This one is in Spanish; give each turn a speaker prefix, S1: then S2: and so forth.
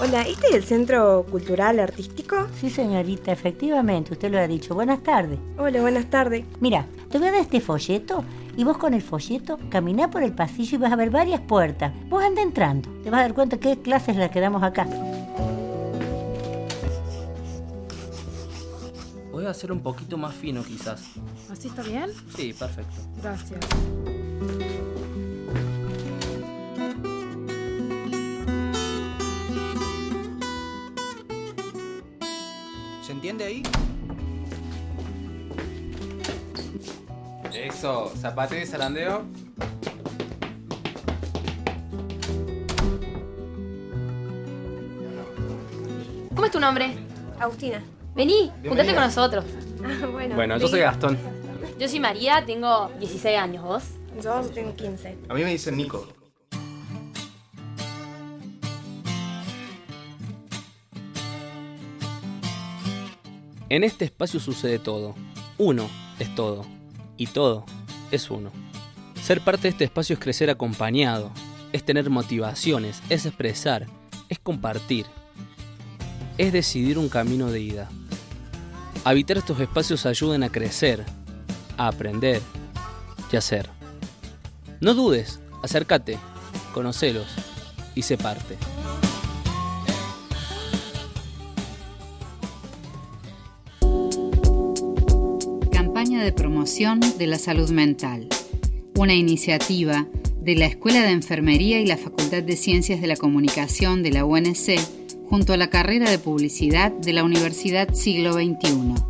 S1: Hola, ¿este es el Centro Cultural Artístico?
S2: Sí, señorita, efectivamente, usted lo ha dicho. Buenas tardes.
S1: Hola, buenas tardes.
S2: Mira, te voy a dar este folleto y vos con el folleto caminá por el pasillo y vas a ver varias puertas. Vos anda entrando, te vas a dar cuenta qué clases las que damos acá.
S3: Voy a hacer un poquito más fino quizás.
S4: ¿Así está bien?
S3: Sí, perfecto.
S4: Gracias.
S3: ¿Se entiende ahí?
S5: Eso, zapate, zarandeo.
S6: ¿Cómo es tu nombre?
S1: Agustina.
S6: Vení, juntate con nosotros.
S1: Ah, bueno.
S5: Bueno, yo soy Gastón.
S6: Yo soy María, tengo 16 años, ¿vos?
S1: Yo tengo 15.
S7: A mí me dicen Nico.
S3: En este espacio sucede todo. Uno es todo. Y todo es uno. Ser parte de este espacio es crecer acompañado. Es tener motivaciones. Es expresar. Es compartir. Es decidir un camino de ida. Habitar estos espacios ayudan a crecer, a aprender y a ser. No dudes, acércate, conocelos y sé parte.
S8: Campaña de promoción de la salud mental. Una iniciativa de la Escuela de Enfermería y la Facultad de Ciencias de la Comunicación de la UNC junto a la carrera de publicidad de la Universidad Siglo XXI.